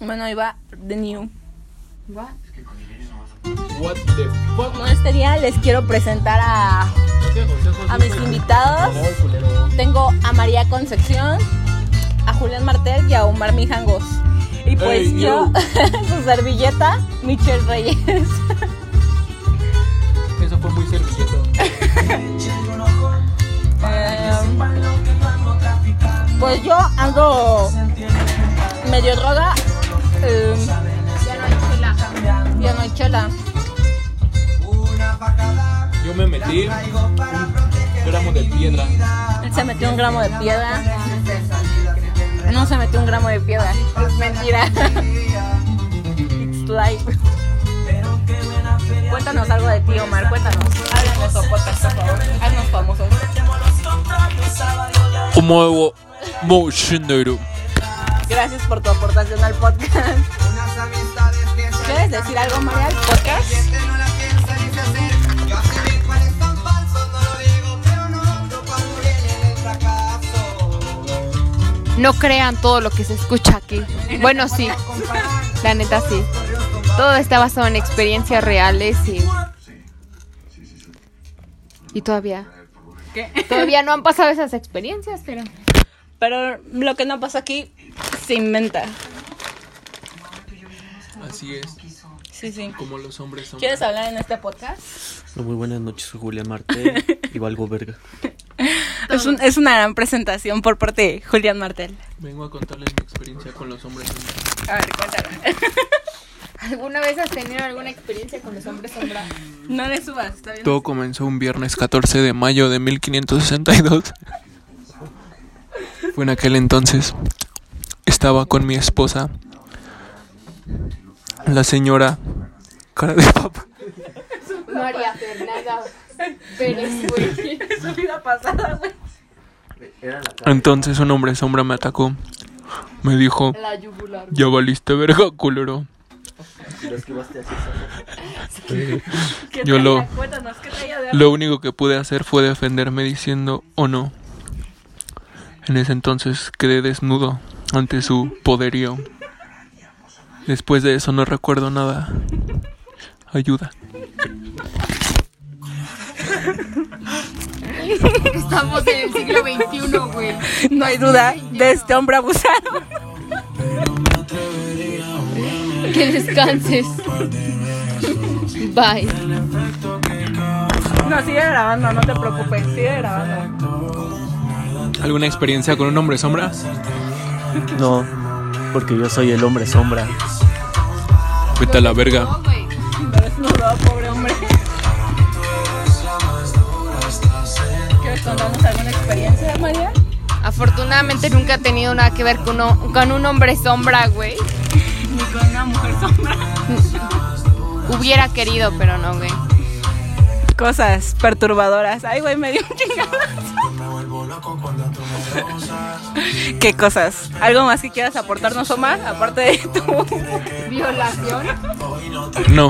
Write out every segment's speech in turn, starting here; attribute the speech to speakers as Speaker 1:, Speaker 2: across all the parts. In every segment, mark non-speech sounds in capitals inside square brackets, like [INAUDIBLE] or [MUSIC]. Speaker 1: Bueno, ahí va The New.
Speaker 2: What?
Speaker 3: What the fuck.
Speaker 1: Bueno, este día les quiero presentar a... A mis invitados. Tengo a María Concepción, a Julián Martel y a Omar Mijangos. Y pues
Speaker 3: Hey,
Speaker 1: yo,
Speaker 3: yo.
Speaker 1: [LAUGHS] su servilleta, Michelle
Speaker 3: [LAUGHS]
Speaker 1: Reyes.
Speaker 3: Eso fue muy servilletón.
Speaker 1: Em, pues yo ando medio droga. em,
Speaker 2: Ya no hay
Speaker 1: ya no hay
Speaker 2: chela.
Speaker 1: chela.
Speaker 3: Yo me metí un gramo de piedra.
Speaker 1: Él se metió un gramo de piedra. No se metió un gramo de piedra. Es mentira. It's life. Cuéntanos algo de ti, Omar. Cuéntanos. Háblanos o podcast, por favor. Haznos famosos.
Speaker 3: Como Mochinero.
Speaker 1: Gracias por tu aportación al podcast. ¿Quieres decir algo, María, al podcast?
Speaker 2: No crean todo lo que se escucha aquí. Bueno, sí. La neta, sí. Todo está basado en experiencias reales y... Y todavía...
Speaker 1: ¿Qué?
Speaker 2: Todavía no han pasado esas experiencias, pero...
Speaker 1: Pero lo que no pasa aquí se inventa.
Speaker 3: Así es,
Speaker 1: Sí, sí.
Speaker 3: como los hombres son.
Speaker 1: ¿Quieres hablar en este podcast?
Speaker 4: No, muy buenas noches, soy Julián Martel y valgo verga.
Speaker 1: Es, un- es una gran presentación por parte de Julián Martel.
Speaker 3: Vengo a contarles mi experiencia con los hombres.
Speaker 1: A ver, cuéntala. [LAUGHS]
Speaker 2: ¿Alguna vez has tenido alguna experiencia con los hombres sombra?
Speaker 1: No le subas, está bien.
Speaker 3: Todo comenzó un viernes 14 de mayo de 1562. Fue en aquel entonces. Estaba con mi esposa, la señora cara de papa.
Speaker 2: María Fernanda Pérez, güey.
Speaker 1: Su vida pasada, güey.
Speaker 3: Entonces un hombre sombra me atacó. Me dijo,
Speaker 2: La yugular.
Speaker 3: ya valiste verga, culero.
Speaker 1: ¿Qué
Speaker 3: Yo
Speaker 1: te- [LAUGHS]
Speaker 3: lo-
Speaker 1: Cuéntanos, ¿qué te haya de
Speaker 3: Lo único que pude hacer fue defenderme diciendo o no. En ese entonces quedé desnudo ante su poderío. Después de eso no recuerdo nada. Ayuda.
Speaker 2: Estamos en el siglo XXI, güey.
Speaker 1: [LAUGHS] No hay duda de este hombre abusado. [LAUGHS]
Speaker 2: Que descanses. Bye.
Speaker 1: No, sigue grabando, no te preocupes, sigue grabando.
Speaker 3: ¿Alguna experiencia con un hombre sombra?
Speaker 4: No, porque yo soy el hombre sombra.
Speaker 3: Vete a la verga.
Speaker 2: güey.
Speaker 1: Desnudo, pobre hombre. ¿Quieres contarnos alguna experiencia, María?
Speaker 2: Afortunadamente nunca he tenido nada que ver con, o- con un hombre sombra, güey.
Speaker 1: Ni con una mujer sombra.
Speaker 2: Hubiera querido, pero no, güey.
Speaker 1: Cosas perturbadoras. Ay, güey, me dio un chingadazo. ¿Qué cosas? ¿Algo más que quieras aportarnos, Omar? Aparte de tú.
Speaker 2: Violación.
Speaker 3: No.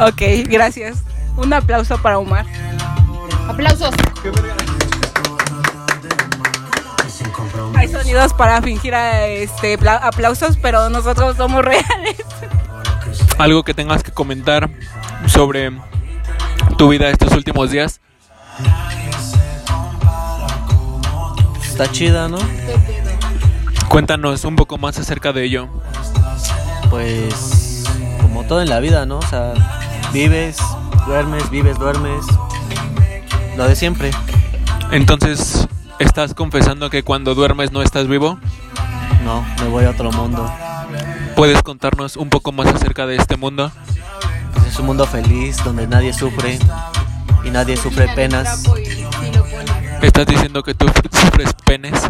Speaker 1: Ok, gracias. Un aplauso para Omar.
Speaker 2: Aplausos.
Speaker 1: Hay sonidos para fingir a, este, pla- aplausos, pero nosotros somos reales. [LAUGHS]
Speaker 3: ¿Algo que tengas que comentar sobre tu vida estos últimos días?
Speaker 4: Está chida, ¿no?
Speaker 3: Cuéntanos un poco más acerca de ello.
Speaker 4: Pues como todo en la vida, ¿no? O sea, vives, duermes, vives, duermes. Lo de siempre.
Speaker 3: Entonces, ¿estás confesando que cuando duermes no estás vivo?
Speaker 4: No, me voy a otro mundo.
Speaker 3: ¿Puedes contarnos un poco más acerca de este mundo?
Speaker 4: Pues es un mundo feliz donde nadie sufre y nadie sufre penas.
Speaker 3: Estás diciendo que tú fr- sufres penes.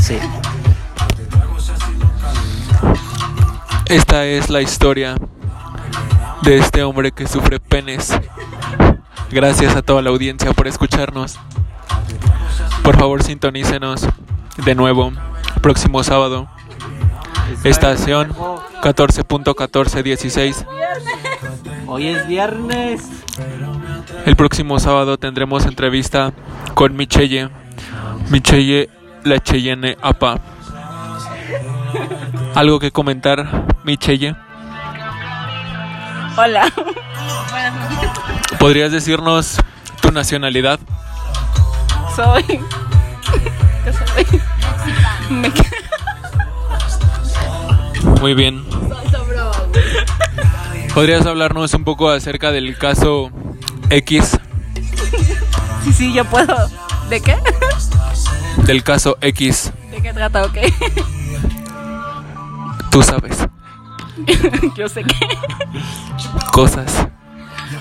Speaker 4: Sí.
Speaker 3: Esta es la historia de este hombre que sufre penes. Gracias a toda la audiencia por escucharnos. Por favor, sintonícenos de nuevo próximo sábado. Estación 14.1416.
Speaker 4: Hoy es viernes.
Speaker 3: El próximo sábado tendremos entrevista con Michelle. Michelle, la Cheyenne APA. ¿Algo que comentar, mi Cheye?
Speaker 1: Hola.
Speaker 3: ¿Podrías decirnos tu nacionalidad?
Speaker 1: Soy. ¿Qué soy? Me
Speaker 3: Muy bien. ¿Podrías hablarnos un poco acerca del caso X?
Speaker 1: Sí, sí, yo puedo. ¿De qué? [LAUGHS]
Speaker 3: Del caso X.
Speaker 1: ¿De qué trata o qué?
Speaker 3: Tú sabes.
Speaker 1: [LAUGHS] Yo sé qué.
Speaker 3: Cosas.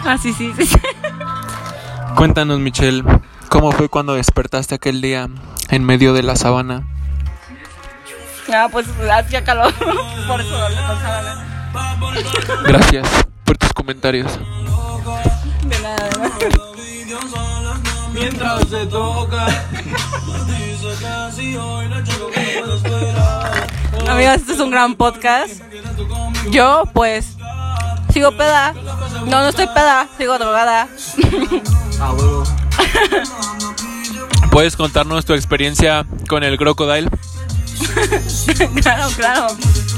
Speaker 1: Ah, sí, sí, sí. sí.
Speaker 3: Cuéntanos, Michelle, ¿cómo fue cuando despertaste aquel día en medio de la sabana?
Speaker 1: Ah, pues hacía calor. [LAUGHS] Por eso lo pasaba.
Speaker 3: Gracias por tus comentarios.
Speaker 1: De nada, de nada.
Speaker 5: Mientras se toca, dice casi hoy la chico que no puedo esperar.
Speaker 1: Amigos, este es un gran podcast. Yo, pues, sigo peda. No, no estoy peda, sigo drogada. [LAUGHS]
Speaker 4: Ah, huevo.
Speaker 3: ¿Puedes contarnos tu experiencia con el crocodile?
Speaker 1: claro, claro.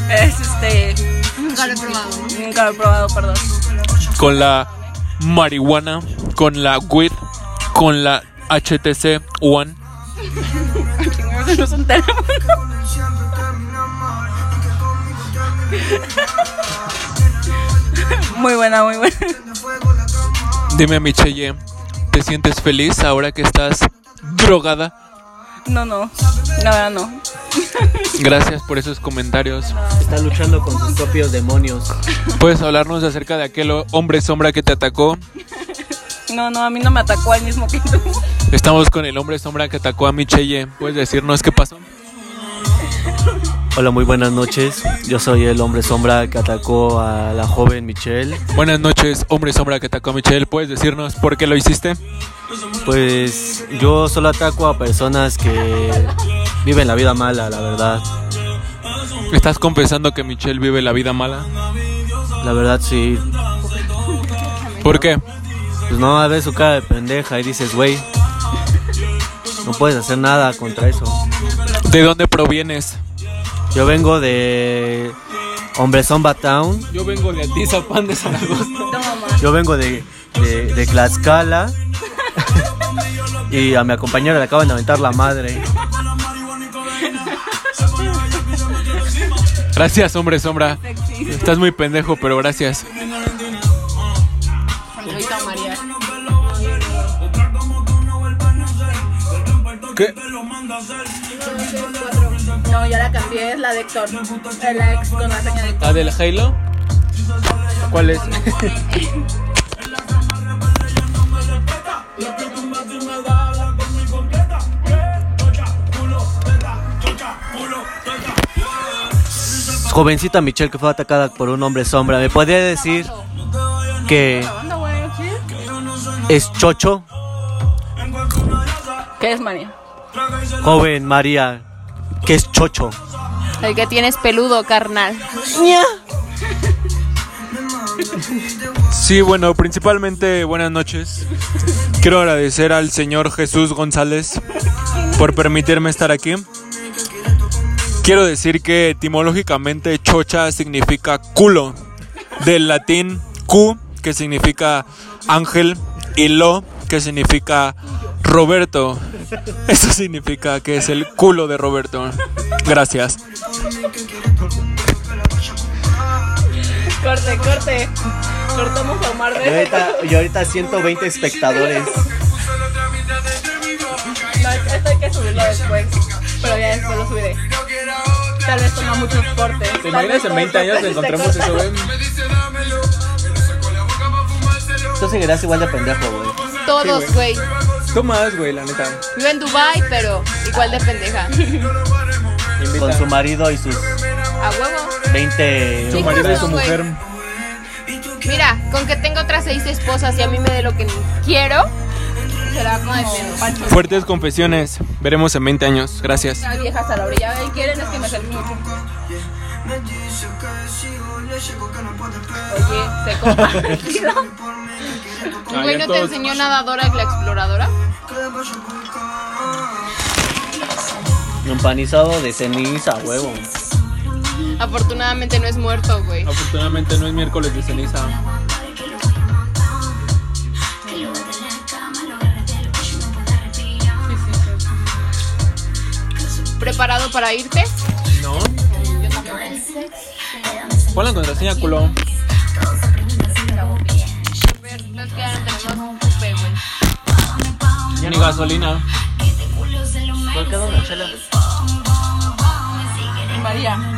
Speaker 1: Es este. Nunca lo he probado. Nunca lo he probado, perdón.
Speaker 3: Con la marihuana, con la weed, con la HTC One.
Speaker 1: Chingados, no es un teléfono. Muy buena, muy buena.
Speaker 3: Dime, Michelle, ¿te sientes feliz ahora que estás drogada?
Speaker 1: No, no. La verdad, no. [LAUGHS]
Speaker 3: Gracias por esos comentarios.
Speaker 4: Está luchando con sus propios demonios.
Speaker 3: ¿Puedes hablarnos acerca de aquel ho- hombre sombra que te atacó?
Speaker 1: No, no, a mí no me atacó el mismo que tú.
Speaker 3: Estamos con el hombre sombra que atacó a Michelle. ¿Puedes decirnos qué pasó?
Speaker 4: Hola, muy buenas noches. Yo soy el hombre sombra que atacó a la joven Michelle.
Speaker 3: Buenas noches, hombre sombra que atacó a Michelle. ¿Puedes decirnos por qué lo hiciste?
Speaker 4: Pues yo solo ataco a personas que viven la vida mala, la verdad.
Speaker 3: ¿Estás confesando que Michelle vive la vida mala?
Speaker 4: La verdad sí.
Speaker 3: ¿Por qué?
Speaker 4: Pues no, ves su cara de pendeja y dices, güey, no puedes hacer nada contra eso.
Speaker 3: ¿De dónde provienes?
Speaker 4: Yo vengo de Hombre Sombra Town.
Speaker 3: Yo vengo de Atizapán de Zaragoza.
Speaker 4: Yo vengo de, de, de Tlaxcala. [LAUGHS] y a mi compañero le acaban de aventar la madre.
Speaker 3: Gracias, hombre sombra. Estás muy pendejo, pero gracias. ¿Qué?
Speaker 1: No, ya la cambié, es la de Héctor. Eh, La ex con la seña de Héctor.
Speaker 3: ¿La del Halo? ¿Cuál es?
Speaker 4: Pues, Jovencita Michelle que fue atacada por un hombre sombra. ¿Me podría decir que
Speaker 1: Anda, güey, ¿sí?
Speaker 4: es Chocho?
Speaker 1: ¿Qué es María?
Speaker 4: Joven María, que es Chocho.
Speaker 2: El que tienes peludo, carnal.
Speaker 3: Sí, bueno, principalmente buenas noches. Quiero agradecer al señor Jesús González por permitirme estar aquí. Quiero decir que etimológicamente chocha significa culo, del latín cu, que significa ángel, y lo, que significa Roberto. Eso significa que es el culo de Roberto. Gracias.
Speaker 1: Corte, corte. Cortamos a Omar de.
Speaker 4: y ahorita 120 espectadores.
Speaker 1: No, esto hay que subirlo después. Pero ya después lo subiré. Tal vez toma muchos cortes. ¿Te
Speaker 3: imaginas en 20 años que encontremos eso, güey?
Speaker 4: Tú seguirás igual de pendejo, güey.
Speaker 2: Todos, güey.
Speaker 3: Tomas, güey, la neta.
Speaker 2: Vivo en Dubai, pero igual de pendeja.
Speaker 4: Con su marido y sus
Speaker 2: A huevo.
Speaker 4: 20...
Speaker 2: Sí, cabrón, güey. Mira, con que tenga otras seis esposas y a mí me dé lo que quiero, será como Pancho.
Speaker 3: Fuertes confesiones. Veremos en 20 años. Gracias.
Speaker 1: Las viejas a la orilla. Ay, quieren es que me salga. Oye, se compartido.
Speaker 2: Un güey no te enseñó nadadora y la exploradora.
Speaker 4: Empanizado de ceniza, huevo.
Speaker 2: Afortunadamente no es muerto, güey.
Speaker 3: Afortunadamente no es miércoles de ceniza.
Speaker 2: ¿Preparado para irte?
Speaker 3: No. Pon la contraseña, culo.
Speaker 2: Nos quedaron, tenemos un cupé, güey.
Speaker 3: Ni gasolina.
Speaker 4: ¿Por qué una chela?
Speaker 1: [LAUGHS] María.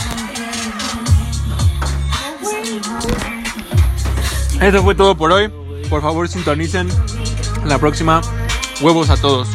Speaker 3: Eso fue todo por hoy. Por favor, sintonicen la próxima. Huevos a todos.